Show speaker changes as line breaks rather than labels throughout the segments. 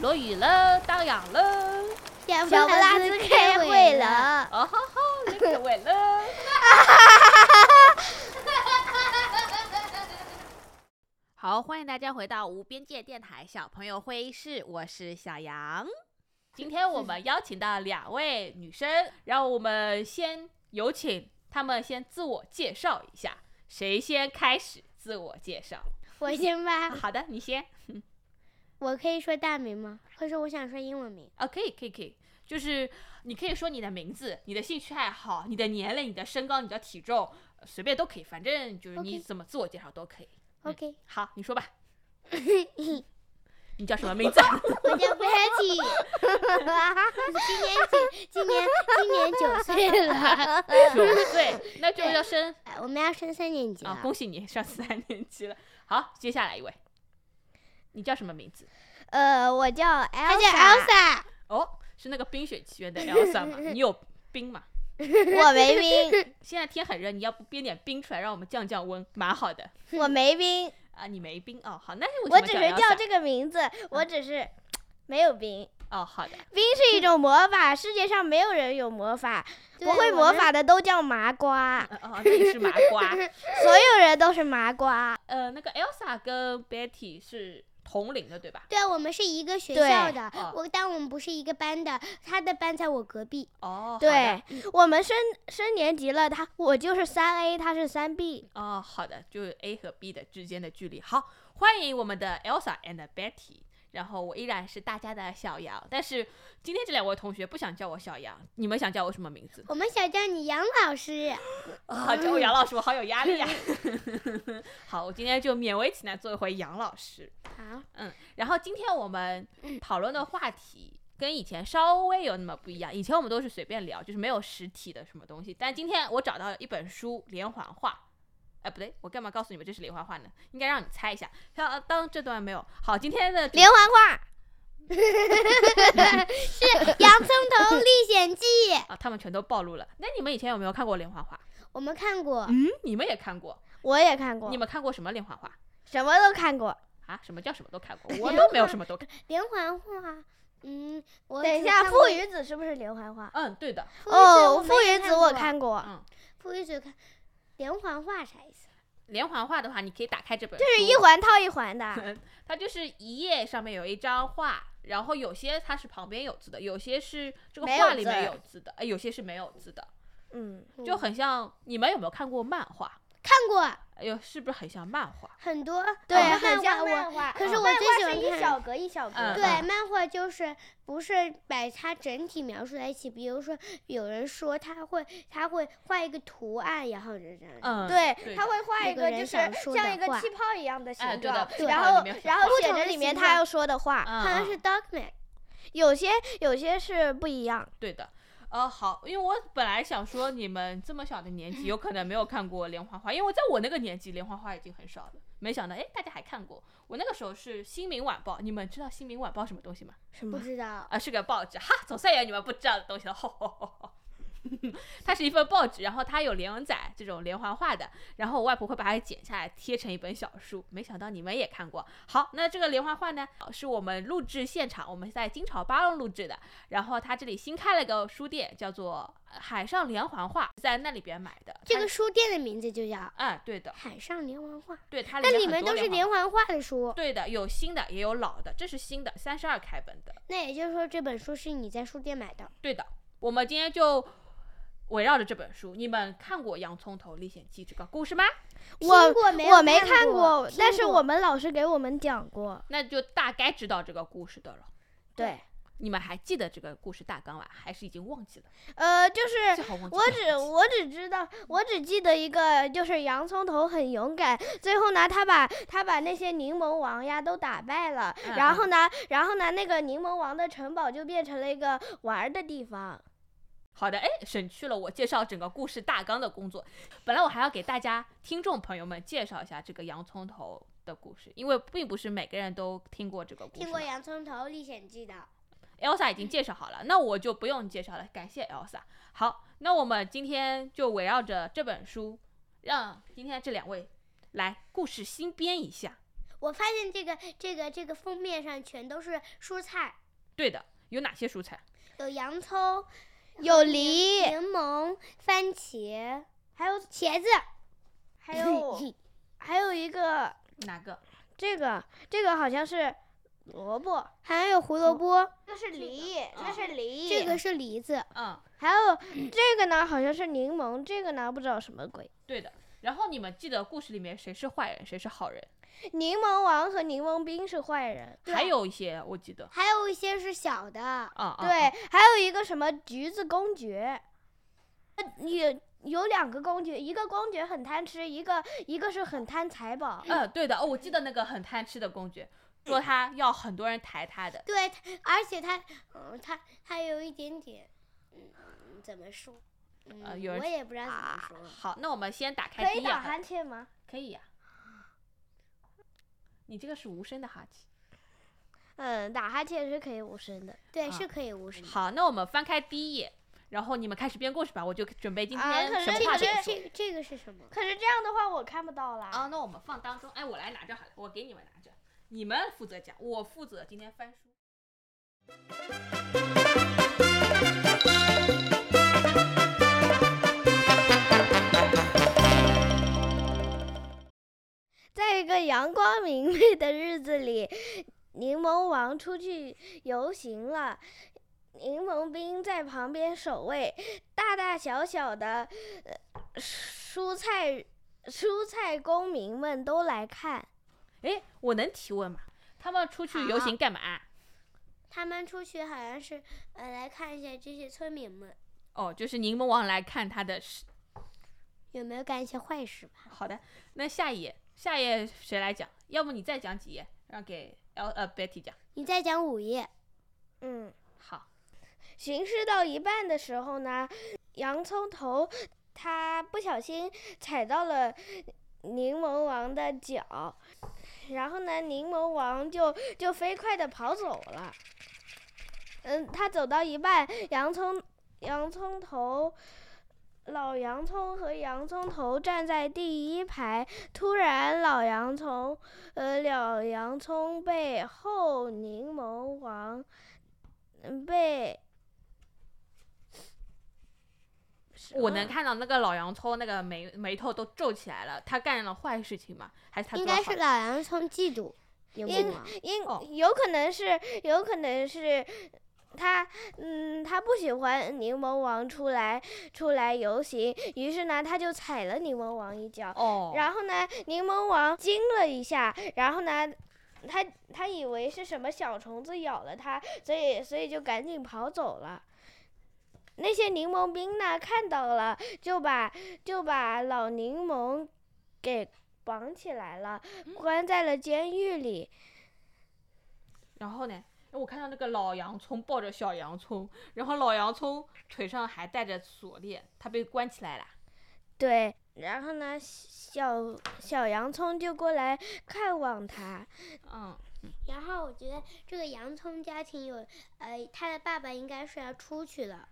落雨了，到痒了，
小
小布拉斯开会了，
哦吼吼，你可会了。好，欢迎大家回到无边界电台小朋友会议室，我是小杨。今天我们邀请到两位女生，让我们先有请她们先自我介绍一下，谁先开始自我介绍？
我先
啊
吧，
好的，你先。
我可以说大名吗？可是我想说英文名。
啊，可以，可以，可以，就是你可以说你的名字、你的兴趣爱好、你的年龄、你的身高、你的体重，呃随便都可以，反正就是你
OK
怎么自我介绍都可以。嗯
OK，
好，你说吧，
我
你叫什么名 字？
叫 Betty，今年几？今年今年九岁了，
九岁，那就要升
哎我们要升三年级
啊！
了。
恭喜你上三年级了。好，接下来一位，你叫什么名字？
呃，我叫
她
Elsa，
叫 Elsa，
哦，是那个《冰雪奇 缘》的 Elsa 吗？你有冰吗？
我没冰，
现在天很热，你要不编点冰出来让我们降降温，蛮好的
我 没冰，
啊。你没冰哦，好，那你为什
我
么
只是叫
Elsa？嗯
这个名字，我只是没有冰。
哦，好的，
冰是一种魔法，世界上没有人有魔法，
对
不会
我
魔
们
法的都叫麻 瓜，
嗯哦，那你是麻瓜。
所有人都是麻瓜。
呃，那个 Elsa 跟 Betty 是同龄的，对吧？
对，我们是一个学
对
校的
哦，
我但我们不是一个班的，她的班在我隔壁。
哦，好的，
对我们升升年级了，他我就是三 A，他是三 B。
哦，好的，就是 A 和 B 的之间的距离。好，欢迎我们的 Elsa and Betty。然后我依然是大家的小杨，但是今天这两位同学不想叫我小杨，你们想叫我什么名字？
我们想叫你杨老师，
啊，叫我杨老师，我好有压力 呀、好，我今天就勉为其难做一回杨老师。
好，
嗯，然后今天我们
嗯
讨论的话题跟以前稍微有那么不一样，以前我们都是随便聊，就是没有实体的什么东西。但今天我找到了一本书《连环画》，哎，不对，我干嘛告诉你们这是连环画呢？应该让你猜一下。像当这段没有好，今天的主
连环画，
是《洋葱头历险记》，
啊，他们全都暴露了。那你们以前有没有看过连环画？
我们看过。
嗯，你们也看过，
我也看过
你，们看过什么连环画？
什么都看过。
啊，什么叫什么都看 过？我都没有什么都看。
连环画，嗯，我
等一
只
下，
看
父
过
与子是不是连环画？
嗯，对的，
父与子
哦，
没
父与子
看
我
过
看过，
嗯，
父与子看连环画啥意思？
连环画的话，你可以打开这本书，
嗯
就是一环套一 环的。
它就是一页上面有一张画，然后有些它是旁边有字的，有些是这个
没有
画里面
字
有字的，哎，有些是没有字的，
嗯，
就很像。你们有没有看过漫画？
看过
哎呦，是不是很像漫画？
很多
对，
漫
很像
画哦我。
漫画。
可是
嗯
我
漫
最
画
喜
是
欢
一
看
小格一小格。
嗯
对，漫画就是不是把它整体描述在一起，比如说有人说他会他会画一个图案，然后这样。
嗯，
对
对，
他
的
会画一
每个
个
人
就是
想说
像
的
一个
话嗯
气泡一样的
哎
形
对的
状，
气
然
泡
后
里面
然
不
后写
同
着
的
里
形
面他
状
要说的话，
嗯
好像
嗯
是 Dogman，
有些有些是不一样。
对的。呃，好，因为我本来想说你们这么小的年纪，有可能没有看过连环画，因为我在我那个年纪，连环画已经很少了。没想到，哎，大家还看过。我那个时候是《新民晚报》，你们知道《新民晚报》什么东西吗？
什
不？知道。
啊，是个报纸，哈，总算有你们不知道的东西了，吼吼吼吼。它是一份报纸，然后它有连载这种连环画的，然后我外婆会把它剪下来贴成一本小书。没想到你们也看过。好，那这个连环画呢，是我们录制现场，我们在金朝八路录制的。然后它这里新开了个书店，叫做呃海上连环画，在那里边买的。
这
它
个，书店的名字就叫《
哎、对的，
海上连环画》，
对，它里
那
面
里
很
面
多
都是
连
连
环
环画的书
画。。对的，有新的也有老的，这是新的，三十二开本的。
那也就是说，这本书是你在书店买的。
对的，我们今天就围绕着这本书。你们看过《洋葱头历险记》这个故事吗？
我
听过没有
我没
看
看过，但是
听
我们老师给我们讲过。
那就大概知道这个故事的了。
对，
你们还记得这个故事大纲吧？还是已经忘记了？
呃，就是
最好忘记。
我只我只知道，我只记得一个，就是洋葱头很勇敢，最后呢，他把他把那些柠檬王呀都打败了，
嗯
然后呢，然后呢，那个柠檬王的城堡就变成了一个玩儿的地方。
好的，哎，省去了我介绍整个故事大纲的工作。本来我还要给大家听众朋友们介绍一下这个洋葱头的故事，因为并不是每个人都听过这个故事嘛。
听过《洋葱头历险记》的，
Elsa 已经介绍好了，那我就不用介绍了，感谢 Elsa。好，那我们今天就围绕着这本书，让今天这两位来故事新编一下。
我发现这个这个这个封面上全都是蔬菜，
对的，有哪些蔬菜？
有洋葱，
有梨，
柠檬、番茄，
还有
茄子，
还 有还有一个
哪个？
这个这个好像是萝卜，
还有胡萝卜，
这是梨，
这个
这是梨，
这个是梨子，
嗯，
还有这个呢，好像是柠檬，这个呢不知道什么鬼。
对的。然后你们记得故事里面谁是坏人，谁是好人？
柠檬王和柠檬冰是坏人，
对
还有一些我记得，
还有一些是小的。
啊、嗯，
对，还有一个什么橘子公爵，呃也有两个公爵，一个公爵很贪吃，一个一个是很贪财宝。
嗯，对的。哦，我记得那个很贪吃的公爵，说他要很多人抬他的。
对，它而且它，嗯，它它有一点点，嗯，怎么说？嗯，
呃
有人
我也不知道怎
啊
么说。
好，那我们先打开
可
第
以
一
打
眼，
哈欠吗？
可以呀、你这个是无声的哈气。
嗯，打哈欠是可以无声的。
对，
啊
是可以无
嗯
视。
好，那我们翻开第一页，然后你们开始编故事吧。我就准备今
啊
天
可
什
是
么话
这
题
个
不
这
说。
这这个是什么？
可是这样的话我看不到啦。
啊，那我们放当中，哎，我来拿着好了，我给你们拿着，你们负责讲，我负责今天翻书。
在一个阳光明媚的日子里，柠檬王出去游行了，柠檬兵在旁边守卫，大大小小的、呃、蔬菜蔬菜公民们都来看。
哎，我能提问吗？他们出去游行干嘛？
他们出去好像是，呃，来看一下这些村民们
哦，就是柠檬王来看他的事。
有没有干一些坏事吧。
好的，那下一页，下一页谁来讲？要么你再讲几页，让给 L 呃 Betty 讲。
你再讲午夜，
嗯，
好，
巡视到一半的时候呢，洋葱头他不小心踩到了柠檬王的脚，然后呢，柠檬王就就飞快的跑走了。嗯，他走到一半，洋葱洋葱头。老洋葱和洋葱头站在第一排，突然老洋葱，呃，老洋葱被后柠檬王嗯，被什
我
么
能看到那个老洋葱那个眉眉头都皱起来了，他干了坏事情吗？还是他
应
做了
该
好
是老洋葱嫉 妒柠
应
檬王，
因、
哦
有可能是有可能是他嗯他不喜欢柠檬王出来出来游行，于是呢他就踩了柠檬王一脚，
哦，
然后呢柠檬王惊了一下，然后呢。他他以为是什么小虫子咬了他，所以所以就赶紧跑走了。那些柠檬兵呢看到了，就把就把老柠檬给绑起来了，
嗯
关在了监狱里。
然后呢？哎我看到那个老洋葱抱着小洋葱，然后老洋葱腿上还带着锁链，他被关起来了。
对，然后呢，小小洋葱就过来看望他。
嗯，
然后我觉得这个洋葱家庭有，呃，他的爸爸应该是要出去了，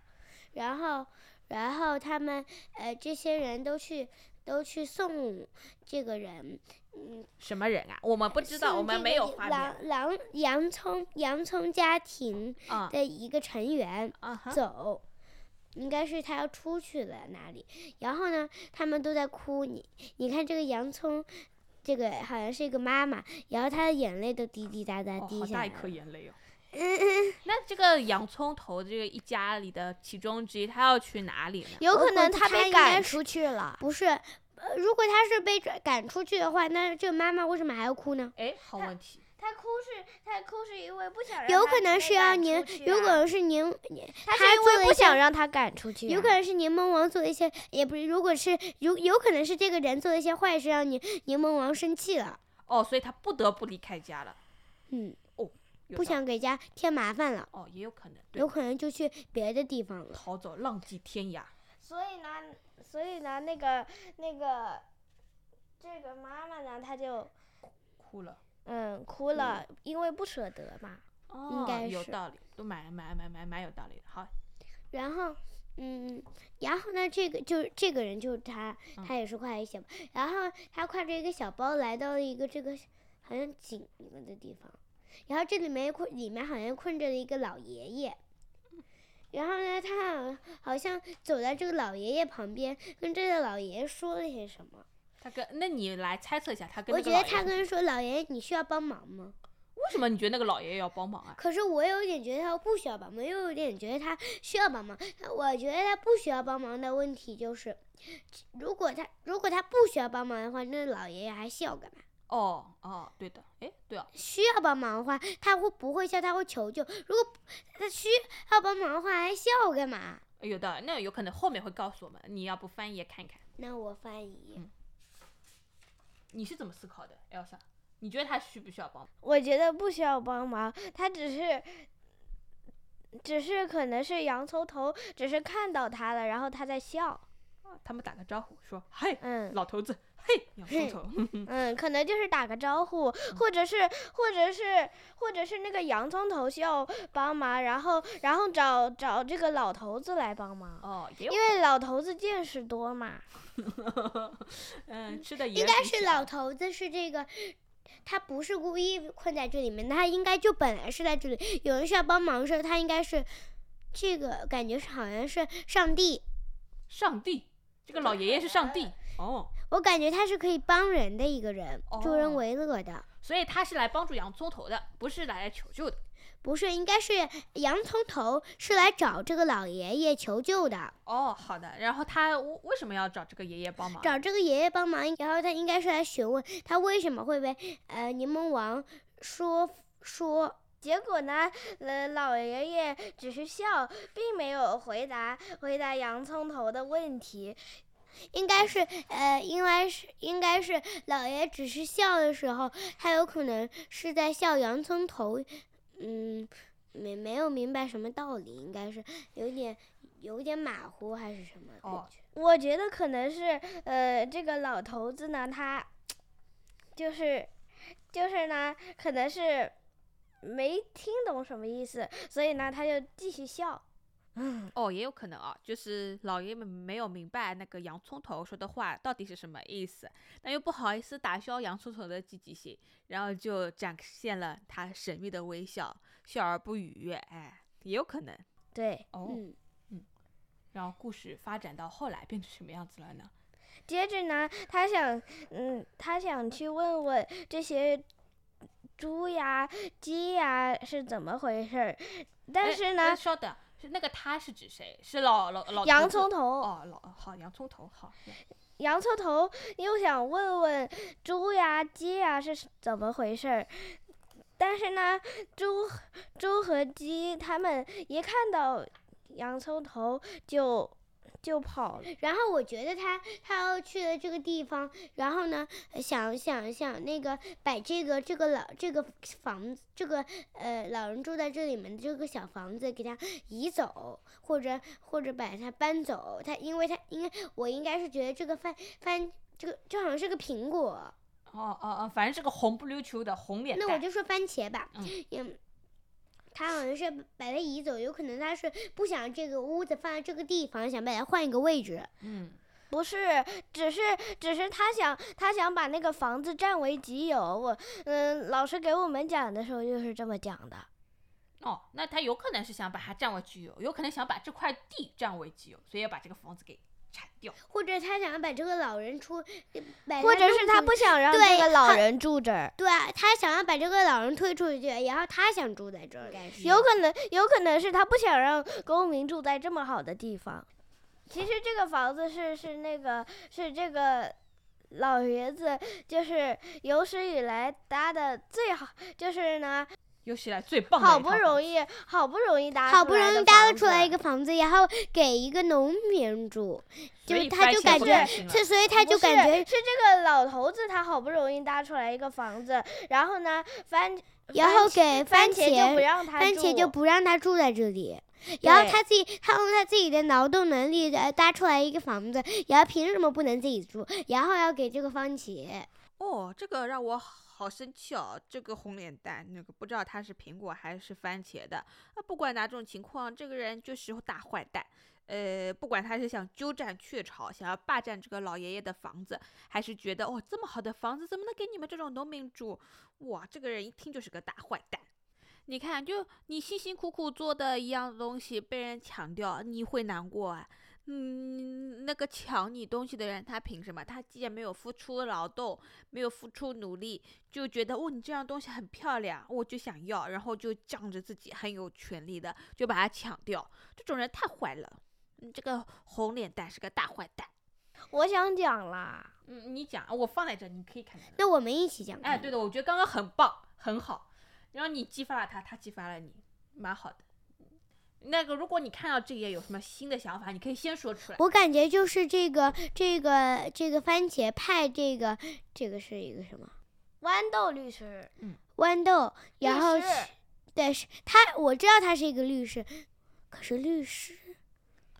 然后，然后他们，呃，这些人都去都去送这个人，嗯，
什么人啊？我们不知道，
送
我们
这
没
个
有画面。
洋洋洋葱洋葱家庭
啊
的一个成员
啊哈！
走。应该是他要出去了哪里，然后呢，他们都在哭。你你看这个洋葱，这个好像是一个妈妈，然后她的眼泪都滴滴答答
哦，
滴
好
下来
大
了。
一颗眼泪哦。 那这个洋葱头这个一家里的其中之一，他要去哪里呢？
有
我
可
估
能
计
他
他
被
应
赶
该
出去了。
不是，呃，如果他是被转赶出去的话，那这个妈妈为什么还要哭呢？
哎，好问题。
他哭是，他哭是因为不想让
呃有可能是啊要柠，有可能是柠，
啊他是
他
因
做了
为
一
不
些
想让他赶出去啊、
有可能是柠檬王做了一些，也不是，如果是有有可能是这个人做了一些坏事，让柠柠檬王生气了，
哦，所以他不得不离开家了。
嗯，
有道
不
理
想给家添麻烦了，
哦，也有可能，对
有，可能就去别的地方了。
逃走浪迹天涯。
所以呢，所以呢，那个那个这个妈妈呢，她就
哭了。
嗯哭了，因为不舍得嘛。
哦，
该
有
是
道理，都蛮蛮蛮蛮蛮有道理的。好，
然后，嗯，然后呢，这个就是这个人就是他，
嗯
他也是挎一小包，然后他挎着一个小包来到了一个这个，好好像紧了的地方。然后这里面困，里面好像困着一个老爷爷。然后呢，他好好像走到这个老爷爷旁边，跟这个老爷爷说了些什么。
他跟那你来猜测一下，他跟
我
那个
觉
老
得
爷
他
爷
跟人说：“老爷爷，你需要帮忙吗
为什么你觉得那个老爷爷要帮忙啊？”？
可是我有点觉得他不需要帮忙，又有点觉得他需要帮忙。我觉得他不需要帮忙的问题就是，如果他如果他不需要帮忙的话，那老爷爷还笑干嘛？
哦哦，对的，哎，对哦，
需要帮忙的话，他会不会笑？他会求救。如果不他需要帮忙的话，还笑干嘛？
有的，那有可能后面会告诉我们。你要不翻页看看，
那我翻译，
你是怎么思考的，Elsa？你觉得他需不需要帮忙？
我觉得不需要帮忙，他只是，只是可能是洋葱头只是看到他了，然后他在笑。
啊他们打个招呼说：“嘿，
嗯
老头子，嘿，洋葱头。
嗯，可能就是打个招呼，或者是或者是或者是那个洋葱头需要帮忙，然后然后找找这个老头子来帮忙，
哦，也有
因为老头子见识多嘛。
嗯，吃的也
应该
比
是
较
老头子是这个，他不是故意困在这里面，他应该就本来是在这里，有人需要帮忙的时候，他应该是这个感觉是好像是上帝，
上帝，这个老爷爷是上
嗯
帝哦，
我感觉他是可以帮人的一个人，助
哦
人为乐的。
所以他是来帮助洋葱头的，不是来求救的。
不是，应该是洋葱头是来找这个老爷爷求救的。
哦，好的。然后他为为什么要找这个爷爷帮忙？啊
找这个爷爷帮忙，然后他应该是来询问他为什么会被呃柠檬王说说
结果呢，呃，老爷爷只是笑，并没有回答回答洋葱头的问题。
应该是呃应该是应该是老爷只是笑的时候，他有可能是在笑洋葱头，嗯，没没有明白什么道理，应该是有点有点马虎还是什么感
哦
觉。
我觉得可能是呃，这个老头子呢，他就是就是呢，可能是没听懂什么意思，所以呢，他就继续笑。
哦，也有可能啊，就是老爷们没有明白那个洋葱头说的话到底是什么意思，但又不好意思打消洋葱头的积极性，然后就展现了他神秘的微笑，笑而不语。哎，也有可能
对，
哦。
嗯，
然后故事发展到后来变成什么样子了呢？
接着呢，他想，嗯，他想去问问这些猪呀、鸡呀是怎么回事儿，但
哎
是
哎
呢，
稍等，是那个他是指谁？是老老老头
洋
子
葱头
哦，老好洋葱头好。
洋葱头又想问问猪呀、鸡呀是怎么回事儿，但是呢，猪猪和鸡他们一看到洋葱头就就跑了。
然后我觉得他他要去的这个地方，然后呢，想想想那个把这个这个老这个房子这个呃老人住在这里面的这个小房子给他移走，或者或者把他搬走。他因为他应该我应该是觉得这个番番这个这好像是个苹果，
哦哦哦，反正是个红不溜秋的红脸蛋。
那我就说番茄吧，
嗯
嗯。他好像是把它移走，有可能他是不想这个屋子放在这个地方，想把它换一个位置。
嗯，
不是，只是只是他想他想把那个房子占为己有。我嗯，老师给我们讲的时候就是这么讲的。
哦，那他有可能是想把它占为己有，有可能想把这块地占为己有，所以要把这个房子给铲掉。
或者他想把这个老人出，把
或者
弄
是他
出
不想让
对
这个老
他
人住这儿，
对啊，他想要把这个老人推出去，然后他想住在这儿，
有可能，有可能是他不想让公民住在这么好的地方。其实这个房子是是那个是这个老爷子，就是有史以来搭的最好，就是呢，
有史以来最棒的一
好
套
不
房子
容易，好不容易搭出来的
好不容易搭了
房
出来
子
一个房子，然后给一个农民住，
所
就
以
他
番
就
茄
感
不
觉
甘心，了
这所以他
不
就是感觉，
是这个老头子，他好不容易搭出来一个房子，然后呢，番
然后给
番
番
茄就不让他
番茄就
住
不让他住在这里。然后
对
他自己，他用他自己的劳动能力呃搭出来一个房子，然后凭什么不能自己住？然后要给这个番茄，
哦，这个让我好生气哦！这个红脸蛋，那个不知道他是苹果还是番茄的。啊，不管哪种情况，这个人就是打坏蛋。呃，不管他是想鸠占鹊巢，想要霸占这个老爷爷的房子，还是觉得哦，这么好的房子怎么能给你们这种农民住？哇，这个人一听就是个大坏蛋。你看，就你辛辛苦苦做的一样东西被人抢掉，你会难过啊？嗯，那个抢你东西的人，他凭什么？他既然没有付出劳动，没有付出努力，就觉得哦，你这样东西很漂亮，我就想要，然后就仗着自己很有权利的，就把它抢掉。这种人太坏了，嗯，这个红脸蛋是个大坏蛋。
我想讲啦，
嗯，你讲，我放在这，你可以看看。
那我们一起讲。
哎，对的，我觉得刚刚很棒，很好，然后你激发了他，他激发了你，蛮好的。那个，如果你看到这页有什么新的想法，你可以先说出来。
我感觉就是这个这个这个番茄派，这个这个是一个什么
豌豆律师，
豌豆，然后
律师
是对是它，我知道它是一个律师，可是律师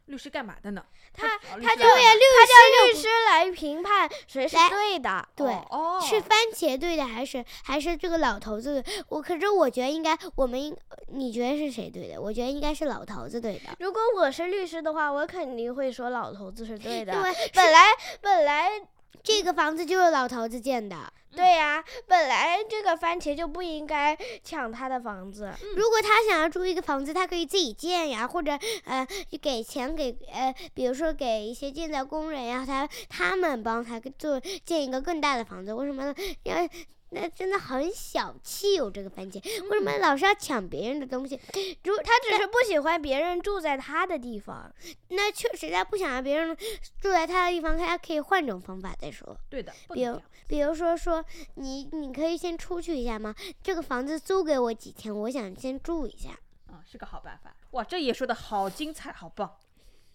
律师干嘛的呢？哦
他
他
他就
对
也律
他
律师来评判谁是
来
对的，
对。
哦，
是番茄队的还是还是这个老头子队？我可是我觉得应该，我们应你觉得是谁队的？我觉得应该是老头子队的，
如果我是律师的话，我肯定会说老头子是对的
因。为
本来本来
嗯这个房子就是老头子建的。
对呀、本来这个番茄就不应该抢他的房子。
如果他想要住一个房子，他可以自己建呀，或者呃就给钱给呃，比如说给一些建造工人呀，他他们帮他做建一个更大的房子。为什么呢？因为那真的很小气哦，这个番茄为什么老是要抢别人的东西？
如他只是不喜欢别人住在他的地方。
那确实他不想让别人住在他的地方，他可以换种方法再说。
对的，不
比
能
如
这样。
比如说说你你可以先出去一下吗？这个房子租给我几天，我想先住一下。
啊，是个好办法。哇，这也说的好精彩，好棒！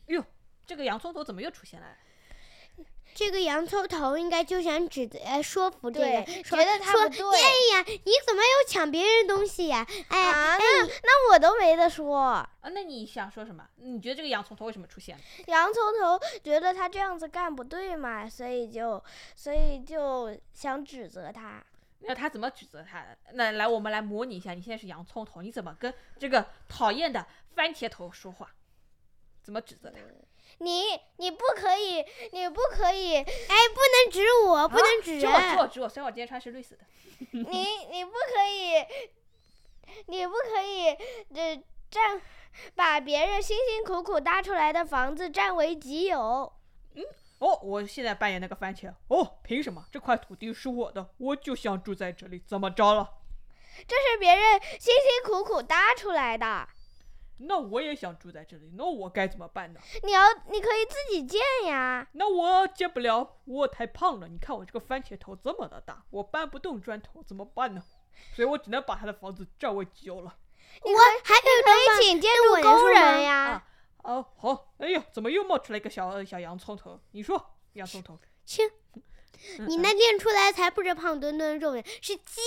哟，这个洋葱头怎么又出现了？
这个洋葱头应该就想指责呃说服这个
对
人，，
觉
说
得他
说
不对
哎呀，你怎么又抢别人东西呀、哎呀，
啊，那那我都没得说。
啊，那你想说什么？你觉得这个洋葱头为什么出现了？
洋葱头觉得他这样子干不对嘛，所以就所以就想指责他。
那他怎么指责他的？那来，我们来模拟一下，你现在是洋葱头，你怎么跟这个讨厌的番茄头说话？怎么指责他？
你你不可以，你不可以，
哎不能指我，不能指
指
人。
啊我，指我，指我！虽然我今天穿是绿色的，
你你不可以，你不可以，呃，占把别人辛辛苦苦搭出来的房子占为己有。
哦，我现在扮演那个番茄，哦，凭什么？这块土地是我的，我就想住在这里，怎么着了？
这是别人辛辛苦苦搭出来的，
那我也想住在这里，那我该怎么办呢？
你要你可以自己建呀。
那我接不了，我太胖了。你看我这个番茄头这么的大，我搬不动砖头，怎么办呢？所以我只能把他的房子占为己有了。
我还可以
可以请建筑工人呀
啊。哦，好，哎呀，怎么又冒出来一个小小洋葱头？你说，洋葱头，
切，
嗯
你
嗯
那练出来才不是胖墩墩肉呢，是肌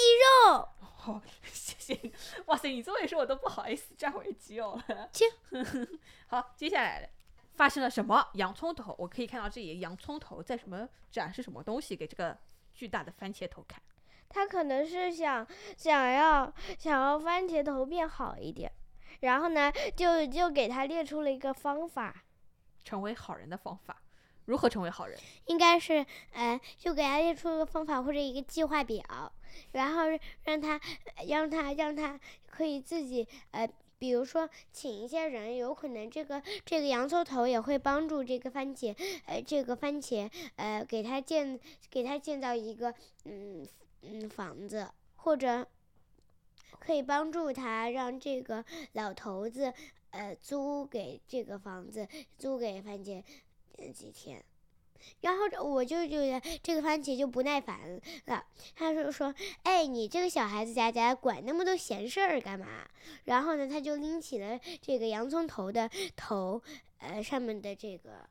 肉。
好、谢谢你。哇塞，你这么一说，我都不好意思占为己有了。
切，
好，接下来的发生了什么？洋葱头，我可以看到这里，洋葱头在什么展示什么东西给这个巨大的番茄头看。
他可能是想想要想要番茄头变好一点，然后呢，就就给他列出了一个方法。
成为好人的方法，如何成为好人？
应该是呃，就给他列出一个方法或者一个计划表，然后让他让他让他可以自己呃。比如说，请一些人，有可能这个这个洋葱头也会帮助这个番茄，呃，这个番茄，呃，给他建给他建造一个嗯嗯房子，或者可以帮助他让这个老头子呃租给这个房子，租给番茄呃几天。然后这我就觉得这个番茄就不耐烦了，他就说：“哎，你这个小孩子家家管那么多闲事儿干嘛？”然后呢，他就拎起了这个洋葱头的头，呃，上面的这个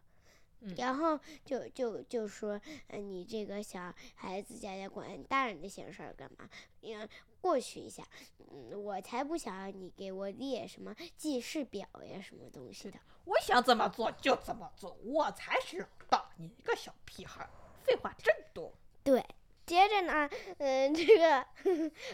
嗯。
然后就就就说，呃，你这个小孩子家家管大人的闲事儿干嘛？嗯，过去一下，嗯，我才不想让你给我列什么记事表呀，什么东西的。
我想怎么做就怎么做，我才是老大，你一个小屁孩儿，废话真多。
对，
接着呢，嗯、这个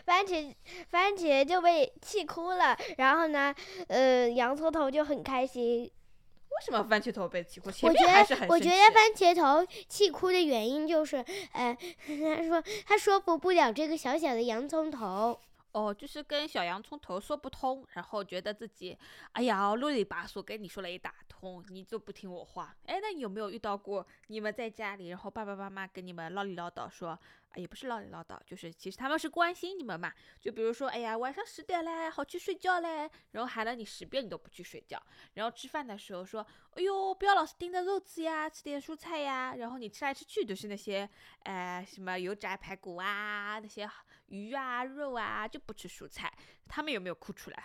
番茄番茄就被气哭了，然后呢，呃，洋葱头就很开心。
为什么番茄头被气哭？前
我觉
面还是
得
很，
我
生
觉
气啊
得番茄头气哭的原因就是，呃， 他说他说服不了这个小小的洋葱头。
哦，就是跟小洋葱头说不通，然后觉得自己，哎呀，啰里吧嗦跟你说了一大通，你就不听我话。哎，那你有没有遇到过你们在家里，然后爸爸妈妈跟你们唠里唠叨说，啊，也不是唠里唠叨，就是其实他们是关心你们嘛。就比如说，哎呀，晚上十点嘞，好去睡觉嘞，然后喊了你十遍你都不去睡觉，然后吃饭的时候说，哎呦，不要老是盯着肉吃呀，吃点蔬菜呀。然后你吃来吃去都是那些，呃，什么油炸排骨啊，那些鱼啊、肉啊，就不吃蔬菜。他们有没有哭出来？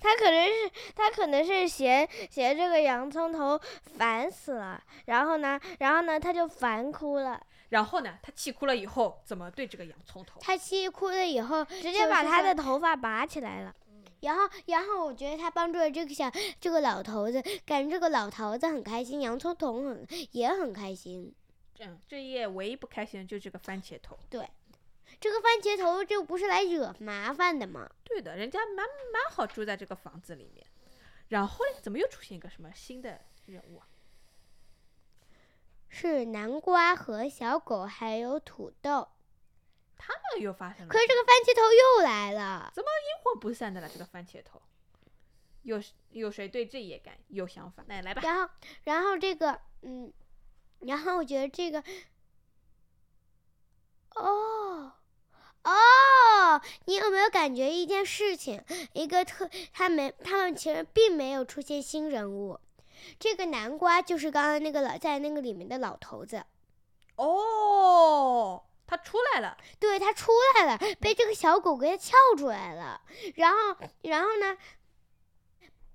他可能是他可能是嫌嫌这个洋葱头烦死了，然后呢，然后呢，他就烦哭了，
然后呢，他气哭了以后，怎么对这个洋葱头？
他气哭了以后，
直
就
接
是
把他
说
的头发拔起来了。
然后，然后我觉得他帮助了这个小这个老头子，感觉这个老头子很开心，洋葱头很也很开心。
嗯，这一页唯一不开心的就是这个番茄头。
这个番茄头就不是来惹麻烦的吗？
对的，人家蛮蛮好住在这个房子里面。然后嘞，怎么又出现一个什么新的人物啊？
是南瓜和小狗还有土豆。
那啊又发生了
可是这个番茄头又来了，
阴魂不散的了。这个番茄头，有有谁对这一页感有想法？那来吧。
然后，然后这个，嗯，然后我觉得这个，哦，哦，你有没有感觉一件事情？一个特，他没，他们其实并没有出现新人物。这个南瓜就是刚刚那个老在那个里面的老头子，
哦，他出来了。
对他出来了，被这个小狗给撬出来了。然后，然后呢，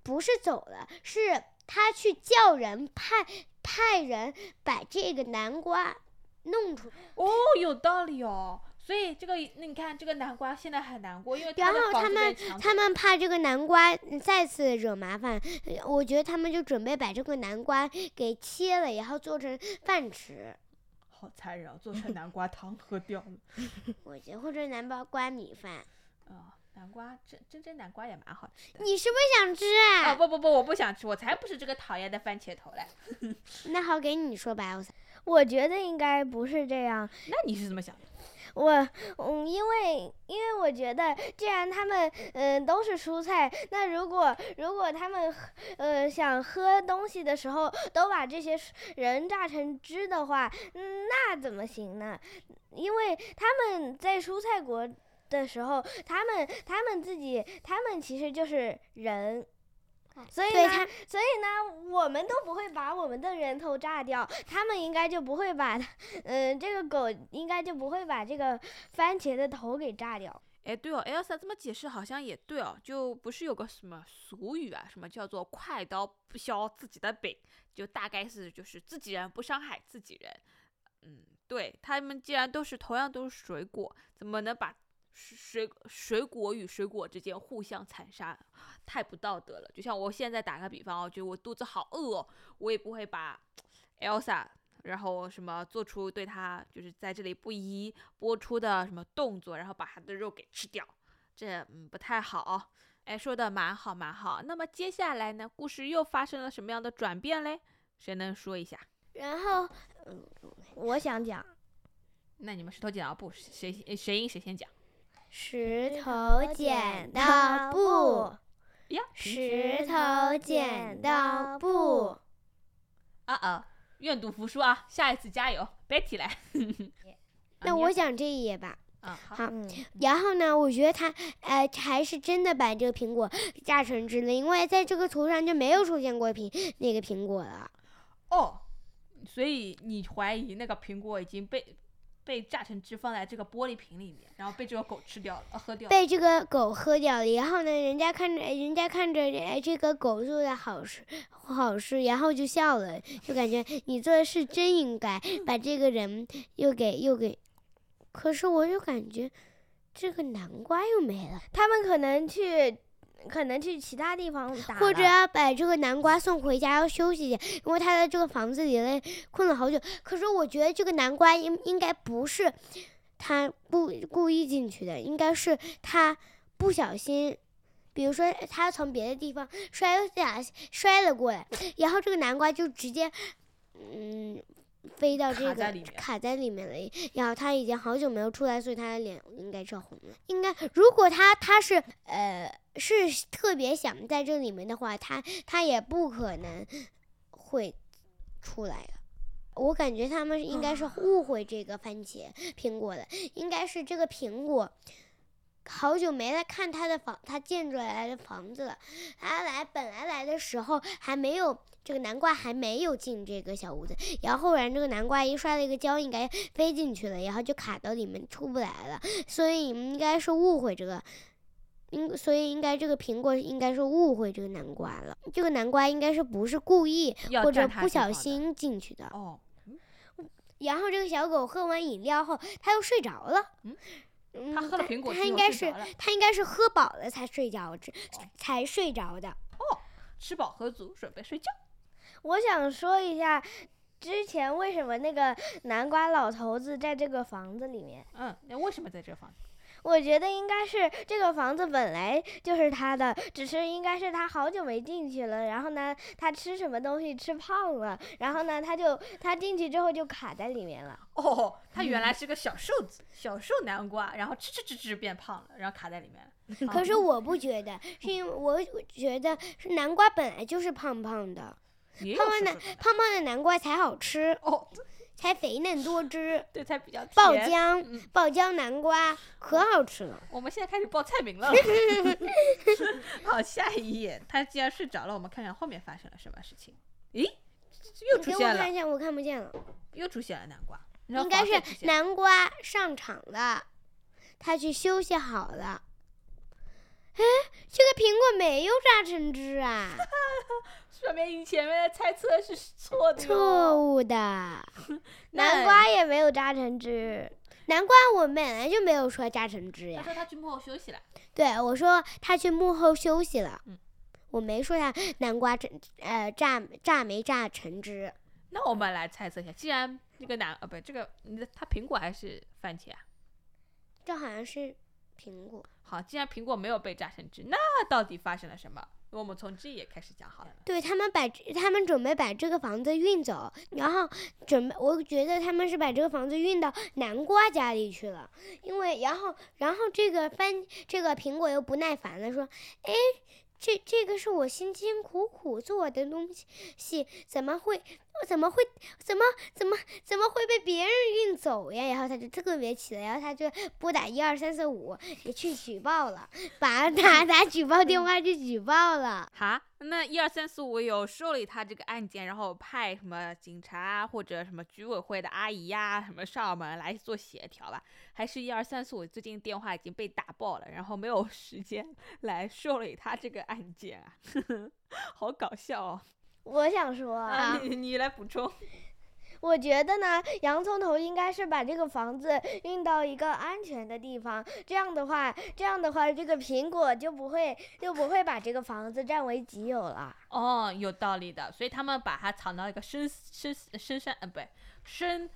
不是走了，是他去叫人派派人把这个南瓜弄出，
哦，有道理哦。所以这个，那你看这个南瓜现在很难过，因为
然
的
后
房
他
子
们
被抢走
他们怕这个南瓜再次惹麻烦，呃我觉得他们就准备把这个南瓜给切了，然后做成饭吃，
好残忍啊！做成南瓜汤喝掉了。
我觉得或者南瓜米饭。
啊、南瓜蒸蒸蒸南瓜也蛮好吃的。
你是不是想吃啊？
啊、不不不，我不想吃，我才不是这个讨厌的番茄头嘞。
那好，给你说吧，我
我觉得应该不是这样，
那你是怎么想的？
我嗯，因为因为我觉得，既然他们嗯、呃都是蔬菜，那如果如果他们喝呃想喝东西的时候都把这些蔬人榨成汁的话，嗯，那怎么行呢？因为他们在蔬菜国的时候，他们他们自己他们其实就是人。所以
哎对
呢
他，
所以呢，我们都不会把我们的人头炸掉，他们应该就不会把嗯，这个狗应该就不会把这个番茄的头给炸掉。
哎，对哦，Elsa 这么解释好像也对哦，就不是有个什么俗语啊，什么叫做“快刀不削自己的饼”，就大概是就是自己人不伤害自己人。嗯，对他们既然都是同样都是水果，怎么能把水水水果与水果之间互相残杀？太不道德了！就像我现在打个比方哦，就我肚子好饿哦，我也不会把 Elsa，然后什么做出对她就是在这里不宜播出的什么动作，然后把她的肉给吃掉，这嗯不太好哦。哎，说的蛮好蛮好。那么接下来呢，故事又发生了什么样的转变嘞？谁能说一下？
然后
嗯我想讲，
那你们石头剪刀布，谁谁谁赢谁先讲？
石头剪刀布，
哎呀，
石头剪刀布。
啊啊，愿赌服输啊！下一次加油，别提来。
那
啊
我
你
讲这一页吧。
啊好
好
嗯，
然后呢，我觉得他呃还是真的把这个苹果榨成汁了，因为在这个图上就没有出现过苹那个苹果了。
哦，所以你怀疑那个苹果已经被被榨成汁放在这个玻璃瓶里面，然后被这个狗吃掉了，呃喝掉了。
被这个狗喝掉了。然后呢，人家看着，人家看着，哎，这个狗做的好事，好事，然后就笑了，就感觉你做的是真应该，把这个人又给又给。可是我就感觉这个南瓜又没了，
他们可能去，可能去其他地方打了，
或者要把这个南瓜送回家，要休息一下，因为他在这个房子里嘞困了好久。可是我觉得这个南瓜应应该不是他故故意进去的，应该是他不小心比如说他从别的地方摔下摔了过来，然后这个南瓜就直接，嗯，飞到这
卡
个
在里面
卡在里面了。然后他已经好久没有出来，所以他的脸应该是红了。应该如果他他是呃是特别想在这里面的话，他他也不可能会出来的。我感觉他们应该
啊
是误会这个番茄苹果了，应该是这个苹果好久没来看他的房，他建出来的房子了。他来本来来的时候还没有这个南瓜还没有进这个小屋子，然后忽然这个南瓜一摔了一个跤，应该飞进去了，然后就卡到里面出不来了。所以你们应该是误会这个。应所以应该这个苹果应该是误会这个南瓜了，这个南瓜应该是不是故意
要
或者
占它
不
地方
小
的
心进去的。
哦，
然后这个小狗喝完饮料后，它又睡着了。
嗯
嗯，
它
它
喝了苹果
它
汁
应
后
该
睡
是
着了
它应该是喝饱了才睡着，这才睡着
哦
的。
吃饱喝足，准备睡觉。
我想说一下，之前为什么那个南瓜老头子在这个房子里面？
嗯，那为什么在这放？
我觉得应该是这个房子本来就是他的，只是应该是他好久没进去了。然后呢，他吃什么东西吃胖了，然后呢，他就他进去之后就卡在里面了。
哦，它原
嗯
来是个小瘦子，小瘦南瓜，然后吃吃吃吃变胖了，然后卡在里面了。 啊
可是我不觉得，是因为我觉得是南瓜本来就是胖胖的，
也有
胖胖
瘦
的
瘦的
胖胖的南瓜才好吃，
哦，
才肥嫩多汁。
对，才比较甜。
爆浆
嗯
爆浆南瓜可好吃了。
我们现在开始报菜名 了。好，下一页，他既然睡着了，我们看看后面发生了什么事情。咦，又出
给我
现
看
了，
一下，我看不见了。
又出现了南瓜。然后
应该
黄色
是
出现了
南瓜上场了，他去休息好了。 哎，这个苹果没有榨成汁 啊，
说明你前面的猜测是错的哟。
错误的。
那
南瓜也没有榨成汁，
南瓜我本来就没有说榨成汁
他
呀，
说他去幕后休息了。
对我说他去幕后休息了
嗯，
我没说他南瓜榨呃榨榨没榨成汁，
那我们来猜测一下，既然这个南啊不，这个你的它苹果还是番茄啊？
这好像是苹果。
好，既然苹果没有被榨成汁，那到底发生了什么？我们从这也开始讲好了。
对他们把这他们准备把这个房子运走，然后准备，我觉得他们是把这个房子运到南瓜家里去了，因为然后然后这个番这个苹果又不耐烦了，说，哎，这这个是我辛辛苦苦做的东西，怎么会怎么会怎么怎么怎么会被别人运走呀？然后他就特别气了，然后他就拨打一二三四五也去举报了，把 打打举报电话去举报了。
哈，那一二三四五有受理他这个案件，然后派什么警察或者什么居委会的阿姨呀、什么上门来做协调吧？还是一二三四五最近电话已经被打爆了，然后没有时间来受理他这个案件啊？ 好搞笑哦！
我想说
啊，你你来补充。
我觉得呢，洋葱头应该是把这个房子运到一个安全的地方，这样的话，这样的话，这个苹果就不会就不会把这个房子占为己有了。
哦，有道理的，所以他们把它藏到一个深深深山，呃，不对，深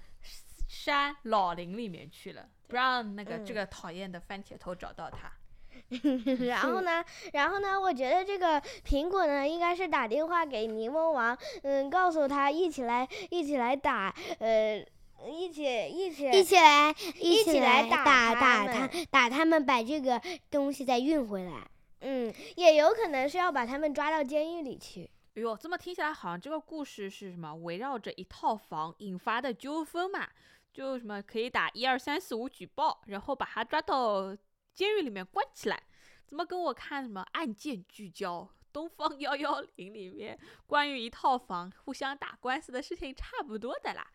山老林里面去了，不让那个、这
嗯
个讨厌的番茄头找到他。
然后呢，然后呢，我觉得这个苹果呢，应该是打电话给柠檬王，嗯，告诉他一起来，一起来打，呃，一起一起
一起来，
一
起
起来
打
打
打
他
他
们，
打他们，把这个东西再运回来。
嗯，也有可能是要把他们抓到监狱里去。
哎呦，这么听起来好像这个故事是什么？围绕着一套房引发的纠纷嘛，就什么可以打一二三四五举报，然后把他抓到监狱里面关起来。怎么跟我看什么案件聚焦《东方 幺幺零》里面关于一套房互相打官司的事情差不多的啦？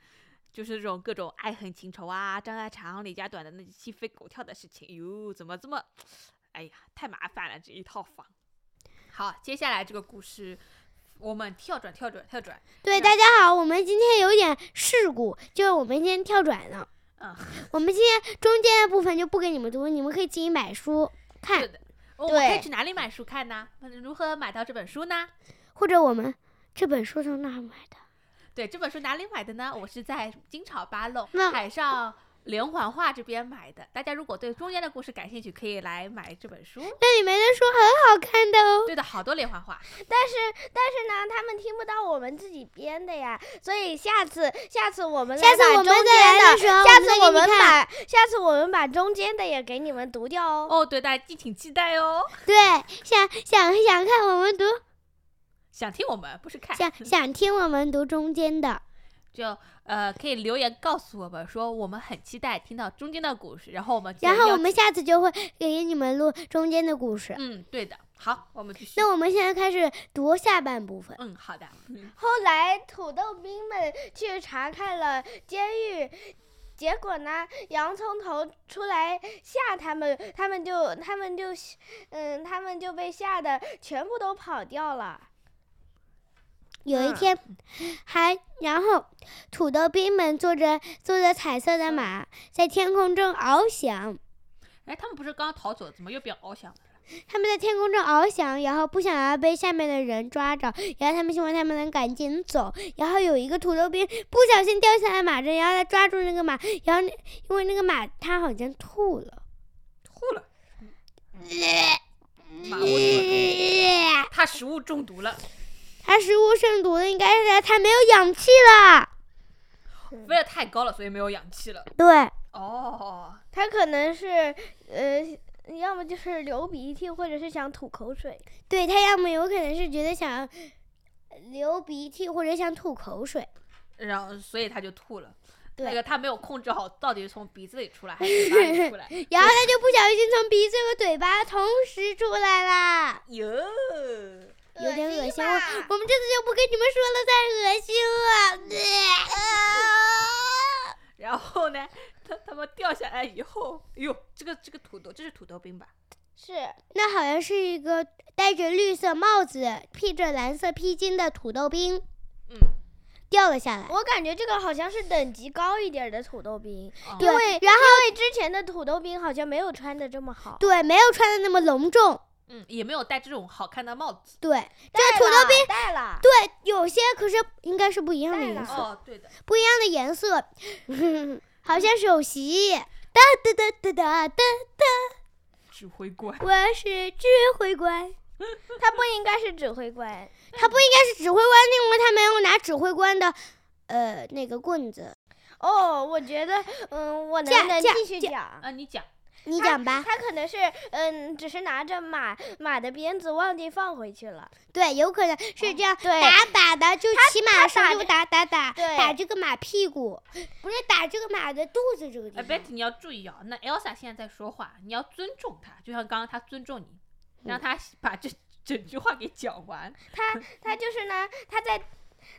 就是这种各种爱恨情仇啊，张家长、李家短的那鸡飞狗跳的事情。哟，怎么这么……哎呀，太麻烦了这一套房。好，接下来这个故事我们跳转跳转跳转，
对，
那
大家好，我们今天有点事故，就是我们今天跳转了。
嗯，
我们今天中间的部分就不给你们读，你们可以自己买书
是
看，
的。哦我们可以
对
去哪里买书看呢？嗯如何买到这本书呢？
或者我们这本书从哪儿买的？
对，这本书哪里买的呢？我是在金朝八弄
那
海上连环画这边买的。大家如果对中间的故事感兴趣，可以来买这本书。
那里面的书很好看的哦。
对的，好多连环画。
但是但是呢，他们听不到我们自己编的呀，所以下次下次我们来
下次
把
我们
中
再
间
来
的
的时候，
下次我
我们
们
再给你看。
把下次我们把中间的也给你们读掉哦。
哦，对，大家敬请期待哦。
对，想想想看我们读，
想听我们不是看，
想想听我们读中间的。
就呃可以留言告诉我们说，我们很期待听到中间的故事，然后我们就
然后
邀
我们下次就会给你们录中间的故事。
嗯对的，好，我们继续。
那我们现在开始读下半部分。
嗯，好的，嗯
后来土豆兵们去查看了监狱，结果呢，洋葱头出来吓他们，他们就他们就，嗯，他们就被吓得全部都跑掉了。
有一
嗯
天，还然后土豆兵们坐着坐着彩色的马，在天空中翱翔。
哎，他们不是刚刚逃走，怎么又变翱翔了？
他们在天空中翱翔，然后不想要被下面的人抓着，然后他们希望他们能赶紧走。然后有一个土豆兵不小心掉下来马针，然后他抓住那个马，然后那因为那个马它好像吐了，
吐了，马误吐了，他食物中毒了。
它食物中毒了，应该是它没有氧气了。
飞得太高了，所以没有氧气了。
对，
哦，
他可能是，呃，要么就是流鼻涕，或者是想吐口水。
对，它要么有可能是觉得想流鼻涕或者想吐口水。
然后所以他就吐了。
对
那个他没有控制好，到底是从鼻子里出来还是嘴巴里出来？
然后他就不小心从鼻子和嘴巴同时出来啦，
哟，
有点恶心。我
吧
我们这次就不跟你们说了，太恶心了。呃
然后呢，他他们掉下来以后，哎呦，这个这个土豆，这是土豆冰吧？
是，
那好像是一个戴着绿色帽子、披着蓝色披巾的土豆兵
嗯，
掉了下来。
我感觉这个好像是等级高一点的土豆兵，
哦
对，然后
因为之前的土豆兵好像没有穿的这么好。
对没有穿的那么隆重。
嗯，也没有戴这种好看的帽子。
对，这
带
土豆
了
兵
带了，
对有些可是应该是不一样的
戴
颜
了
色，
哦，对的，
不一样的颜色，好像首席。哒哒哒哒哒哒，
指挥官。
我是指挥 官。
他不应该是指挥官。
他不应该是指挥官，因为他没有拿指挥官的呃那个棍子。
哦，我觉得，嗯，我
这
能
样
不能
这样
继续
这
讲？
啊，你讲。
你
你
讲吧，
他可能是，嗯，只是拿着马马的鞭子忘记放回去了。
对，有可能是这样，
哦对
打打的就骑马的时
他
候就打打打，
对
打这个马屁股，不是打这个马的肚子这个地
哎
方。
，Betty，你要注意啊，那 Elsa 现在在说话，你要尊重她，就像刚刚她尊重你，让她把这整句话给讲完。
他他就是呢，他在，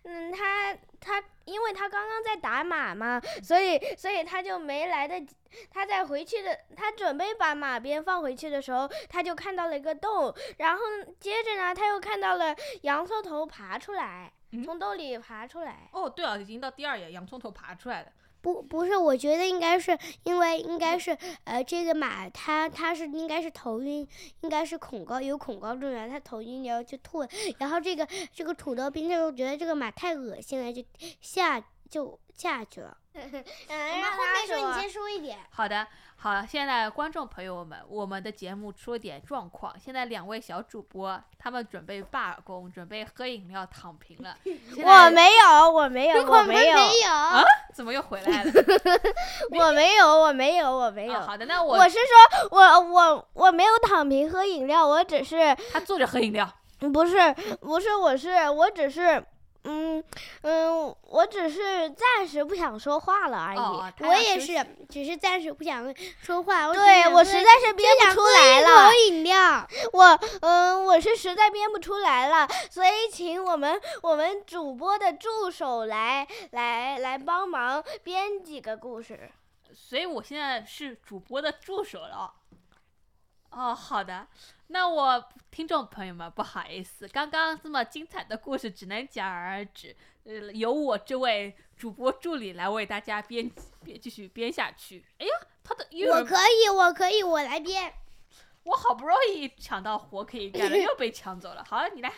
嗯，他他，因为他刚刚在打马嘛，所以所以他就没来得及。他在回去的，他准备把马鞭放回去的时候，他就看到了一个洞，然后接着呢，他又看到了洋葱头爬出来，
嗯
从洞里爬出来。
哦，对啊，已经到第二页，洋葱头爬出来了。
不，不是，我觉得应该是因为应该是呃这个马它它是应该是头晕，应该是恐高有恐高症啊，它头晕然后就吐了，然后这个这个土豆兵他就觉得这个马太恶心了，就下就下去了。
嗯，
我们
让
后
他
面说，
说
你先说一 点。
好的，好，现在观众朋友们，我们的节目出了点状况，现在两位小主播他们准备罢工，准备喝饮料躺平了。 现
我
在
没有，我没有，我
们
没有，
啊怎么又回来了？
我没有，我没有，我没有。
啊好的，那
我是说，我我我没有躺平喝饮料，我只是
他坐着喝饮料。
不是不是，我是我只是。嗯嗯，我只是暂时不想说话了而已。
哦，哦他
我
要
也
休息
是，只是暂时不想说话。我只
对
想
我
喝
实在是
就
憋不
想
出
喝
来
一
了
口，饮料。
我嗯，我是实在编不出来了，所以请我们我们主播的助手来来来帮忙编几个故事。
所以我现在是主播的助手了。哦，好的，那我听众朋友们不好意思，刚刚这么精彩的故事只能戛然而止，呃，由我这位主播助理来为大家编辑编继续编下去。哎呀，他的又有
我
人
可以，我可以，我来编。
我好不容易抢到活可以干了，又被抢走了。好，你来，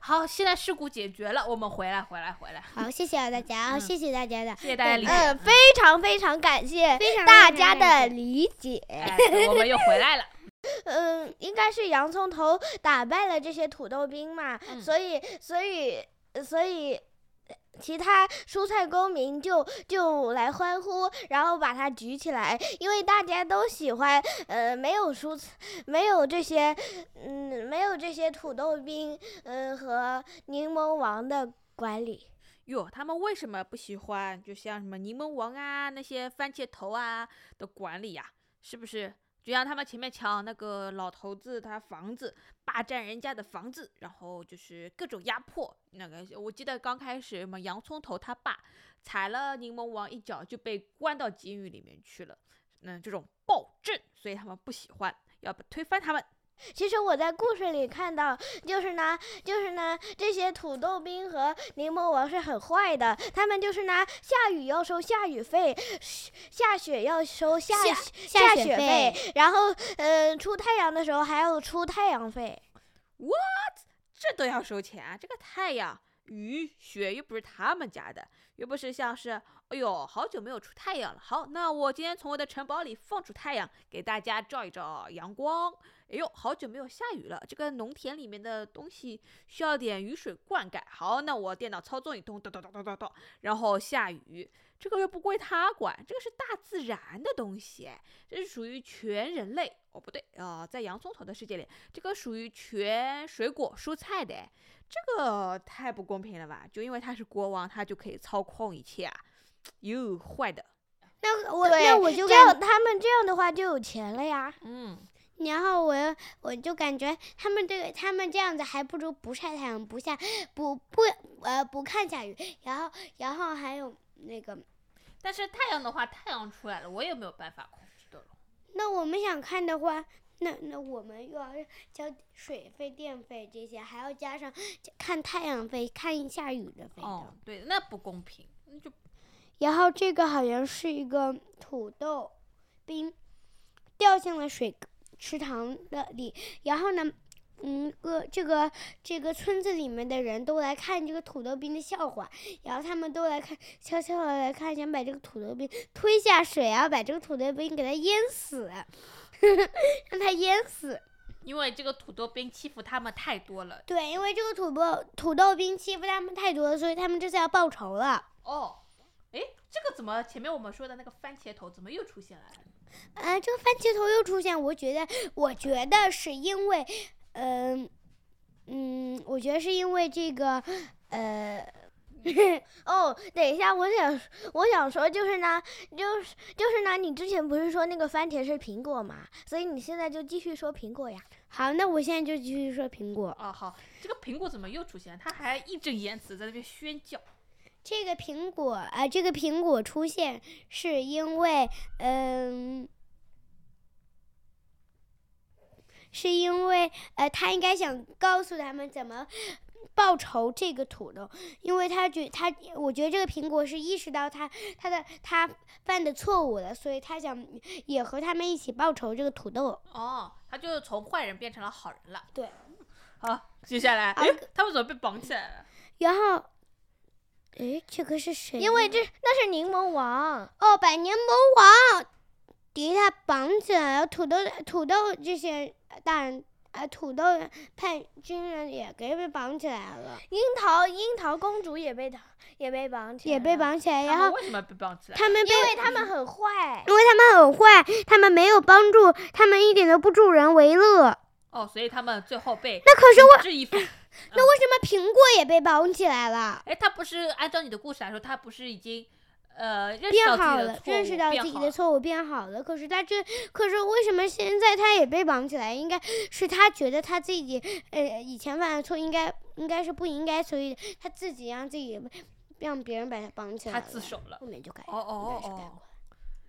好，现在事故解决了，我们回来，回来，回来。
好，谢谢啊大家，
嗯
谢谢大家的，
谢谢大家理解。
嗯，非常非常感谢
非常
大
非常
家
感
的
谢
理解。
哎，我们又回来了。
嗯，应该是洋葱头打败了这些土豆兵嘛，
嗯
所以所以所以其他蔬菜公民就就来欢呼，然后把它举起来，因为大家都喜欢呃没有蔬菜没有这些嗯没有这些土豆兵嗯和柠檬王的管理。
哟，他们为什么不喜欢？就像什么柠檬王啊，那些番茄头啊的管理呀、是不是？就像他们前面抢那个老头子他房子，霸占人家的房子，然后就是各种压迫。那个我记得刚开始什么洋葱头他爸踩了柠檬王一脚就被关到监狱里面去了。嗯，这种暴政，所以他们不喜欢，要不推翻他们。
其实我在故事里看到，就是呢，就是呢，这些土豆兵和柠檬王是很坏的，他们就是呢，下雨要收下雨费，下下雪要收下
下
下
雪
雪
费，
然后嗯、呃出太阳的时候还要出太阳费。
这都要收钱啊！这个太阳、雨、雪又不是他们家的，又不是像是，哎呦，好久没有出太阳了。好，那我今天从我的城堡里放出太阳，给大家照一照阳光。哎呦，好久没有下雨了，这个农田里面的东西需要点雨水灌溉。好，那我电脑操纵一通，咚咚咚咚咚咚，然后下雨。这个又不归他管，这个是大自然的东西，哎这是属于全人类。哦，不对啊、呃在洋葱头的世界里，这个属于全水果蔬菜的，这个太不公平了吧？就因为他是国王，他就可以操控一切啊！哟，坏的，
那我
对
那我就
这
感
样他们这样的话就有钱了呀。
嗯，
然后我又我就感觉他们这个他们这样子还不如不晒太阳，不下不不呃不看下雨，然后然后还有那个，
但是太阳的话，太阳出来了，我也没有办法控制的了。
那我们想看的话，那那我们又要交水费、电费这些，还要加上看太阳费、看下雨的费的。
哦，对，那不公平，那就
然后这个好像是一个土豆冰掉进了水池塘的里，然后呢，嗯，个这个这个村子里面的人都来看这个土豆冰的笑话，然后他们都来看，悄悄的来看，想把这个土豆冰推下水啊，把这个土豆冰给它淹死， 让它淹死。
因为这个土豆兵欺负他们太多了。
对，因为这个土豆土豆冰欺负他们太多了，所以他们这次要报仇了。
哦，诶，这个怎么前面我们说的那个番茄头怎么又出现了？
呃，这个番茄头又出现，我觉得，我觉得是因为，嗯、嗯，我觉得是因为这个，呃，
哦，等一下，我想我想说就是呢，就是就是呢，你之前不是说那个番茄是苹果嘛，所以你现在就继续说苹果呀。
好，那我现在就继续说苹果。
哦，好，这个苹果怎么又出现了？他还义正言辞在那边宣教。
这个苹果啊、呃这个苹果出现是因为，嗯、是因为呃，他应该想告诉他们怎么报仇这个土豆，因为他觉他，我觉得这个苹果是意识到他他的他犯的错误了，所以他想也和他们一起报仇这个土豆。
哦，他就从坏人变成了好人了。嗯
对，
好，接下来，
啊
哎，他们怎么被绑起来了？
然后，诶，这个是谁呢？
因为这那是柠檬王，
哦，百年魔王，给他绑起来了。土豆土豆这些大人啊，土豆派军人也给被绑起来了，
樱桃樱桃公主也被绑也被绑起来，
也被，绑起
他
来。然
们
后
为什么被绑起来？
他们被
因为他们很坏。
因为他们很坏，他们没有帮助，他们一点都不助人为乐。
哦，所以他们最后被
那可是为
质疑犯。
那为什么苹果也被绑起来了？
哎，他不是按照你的故事来说，他不是已经呃认识
变
到
好
自己的
了，
错误，
认识到
变
自己
好
的
了
错误，变好了。可是他这，可是为什么现在他也被绑起来？应该是他觉得他自己，呃，以前犯的错应该应该是不应该，所以他自己让自己让别人把他绑起来
他
了。
自首了
后。面就改
哦哦
应该
哦
是改
哦。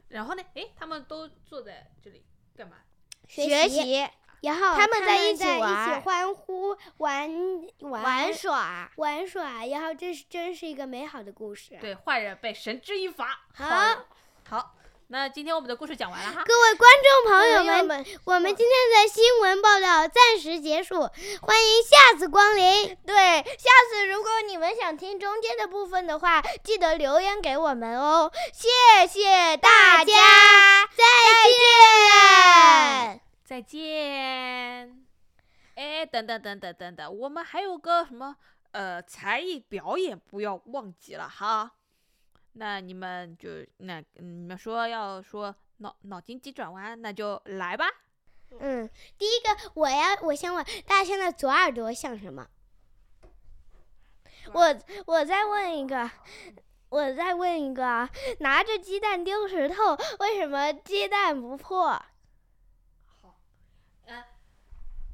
然后呢？哎，他们都坐在这里干嘛？
学习，
习
然后
他们
们
在
一
一起玩儿
欢呼玩
玩
玩
耍，
玩耍，然后这是真是一个美好的故事。啊
对，坏人被绳之以法。
好，
好，那今天我们的故事讲完了哈，
各位观众朋友
朋友
们，
们，
我
嗯
们今天的新闻报道暂时结束，欢迎下次光临。
对，下次如果你们想听中间的部分的话，记得留言给我们哦。谢谢大
大
家
家，再见。
再见。哎，等等等等等等，我们还有个什么呃才艺表演，不要忘记了哈。那你们就那嗯你们说要说脑脑筋急转弯，那就来吧。
嗯，第一个我要我先问大象的左耳朵像什么？
我我再问一个，我再问一个啊，拿着鸡蛋丢石头，为什么鸡蛋不破？
呃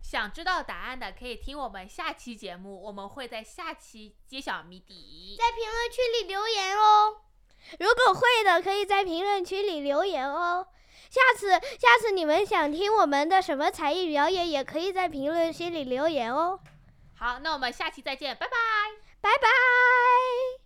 想知道答案的可以听我们下期节目，我们会在下期揭晓谜底。
在评论区里留言哦。
如果会的，可以在评论区里留言哦。下次，下次你们想听我们的什么才艺表演，也可以在评论区里留言哦。
好，那我们下期再见，拜拜。
拜拜。